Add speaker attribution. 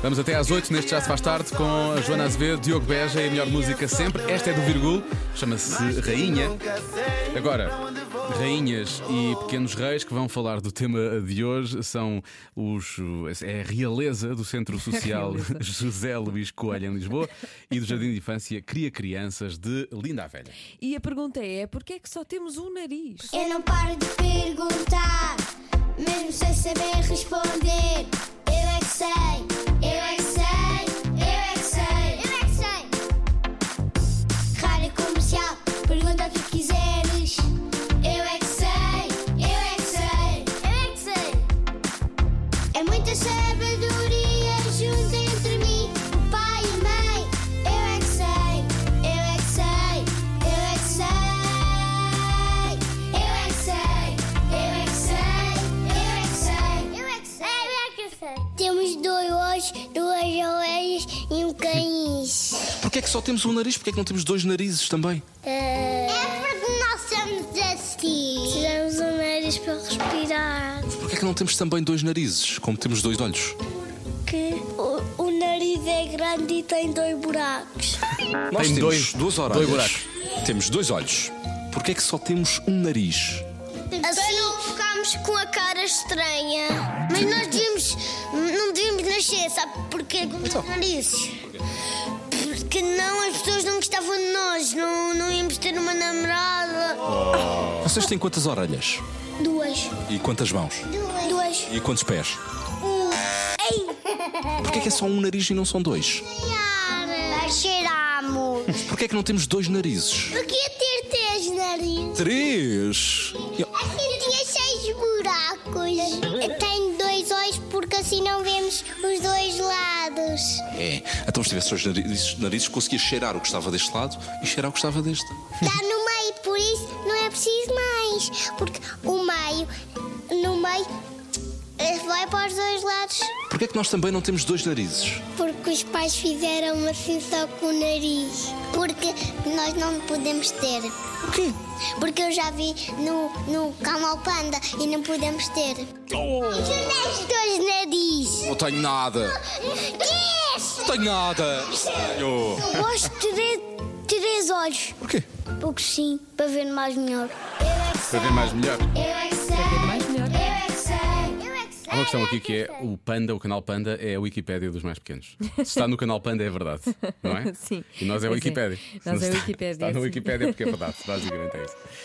Speaker 1: Vamos até às 8 neste Já Se Faz Tarde com a Joana Azevedo, Diogo Beja e a melhor música sempre. Esta é do Virgul, chama-se Rainha. Agora, rainhas e pequenos reis que vão falar do tema de hoje são os. É a realeza do Centro Social José Luís Coelho em Lisboa e do Jardim de Infância Cria Crianças de Linda a Velha.
Speaker 2: E a pergunta é: porquê é que só temos um nariz?
Speaker 3: Eu não paro de perguntar, mesmo sem saber responder. Eu é que sei, eu é que sei, eu é que sei, eu é que sei. Rádio comercial, pergunta o que quiseres. Eu é que sei, eu é que sei, eu é que sei. É muita sabedoria junto entre mim, o pai e mãe. Eu é que sei, eu é que sei, eu é que sei. Eu é que sei, eu é que sei, eu é que sei. Eu é que sei, eu é que sei. Temos dois olhos, duas orelhas e um caniço.
Speaker 4: Porquê é que só temos um nariz? Porquê é que não temos dois narizes também?
Speaker 3: É porque nós somos assim. Precisamos um nariz para respirar.
Speaker 4: Porquê é que não temos também dois narizes, como temos dois olhos?
Speaker 3: Porque o, o nariz é grande e tem dois buracos.
Speaker 4: Nós temos
Speaker 1: dois-
Speaker 4: duas
Speaker 1: dois buracos.
Speaker 4: Temos dois olhos. Porquê é que só temos um nariz?
Speaker 3: Assim não ficámos com a cara estranha. Mas nós devíamos, não devíamos nascer, sabe porquê? Com os narizes. Porque não, as pessoas não gostavam de nós, não, não íamos ter uma namorada.
Speaker 4: Vocês têm quantas orelhas?
Speaker 3: Duas.
Speaker 4: E quantas mãos?
Speaker 3: Duas. Duas.
Speaker 4: E quantos pés?
Speaker 3: Um. Ei!
Speaker 4: Porquê é que é só um nariz e não são dois?
Speaker 3: Nós cheirámos.
Speaker 4: Porquê é que não temos dois narizes?
Speaker 3: Porquê ter três narizes?
Speaker 4: Três! E-
Speaker 3: Assim tinha seis buracos. Tem dois olhos porque assim não vemos os dois lados.
Speaker 4: É, então se tivesse dois narizes, narizes conseguia cheirar o que estava deste lado e cheirar o que estava deste.
Speaker 3: Está Tá no meio, por isso não é preciso mais. Porque o meio, no meio, eh, vai para os dois lados.
Speaker 4: Porquê é que nós também não temos dois narizes?
Speaker 3: Porque os pais fizeram assim só com o nariz. Porque nós não podemos ter.
Speaker 4: O quê?
Speaker 3: Porque eu já vi no, no Camal Panda e não podemos ter.
Speaker 4: Oh,
Speaker 3: Tu tens dois narizes.
Speaker 4: não tenho nada!
Speaker 3: Três!
Speaker 4: Não tenho nada! Senhor!
Speaker 3: Eu gosto de ter três olhos.
Speaker 4: Porquê?
Speaker 3: Porque sim, para ver mais melhor. Eu é que
Speaker 1: Para ver mais melhor.
Speaker 3: Eu é que sei.
Speaker 2: mais melhor.
Speaker 3: Eu é que sei. Eu é que sei.
Speaker 1: Há uma questão aqui que é o Panda, o canal Panda é a Wikipédia dos mais pequenos. Se está no canal Panda é verdade, não é?
Speaker 2: Sim.
Speaker 1: E nós é a
Speaker 2: Pois é.
Speaker 1: Wikipédia.
Speaker 2: Nós é a
Speaker 1: está,
Speaker 2: Wikipédia,
Speaker 1: Está na
Speaker 2: sim.
Speaker 1: Wikipédia porque é verdade, basicamente é isso.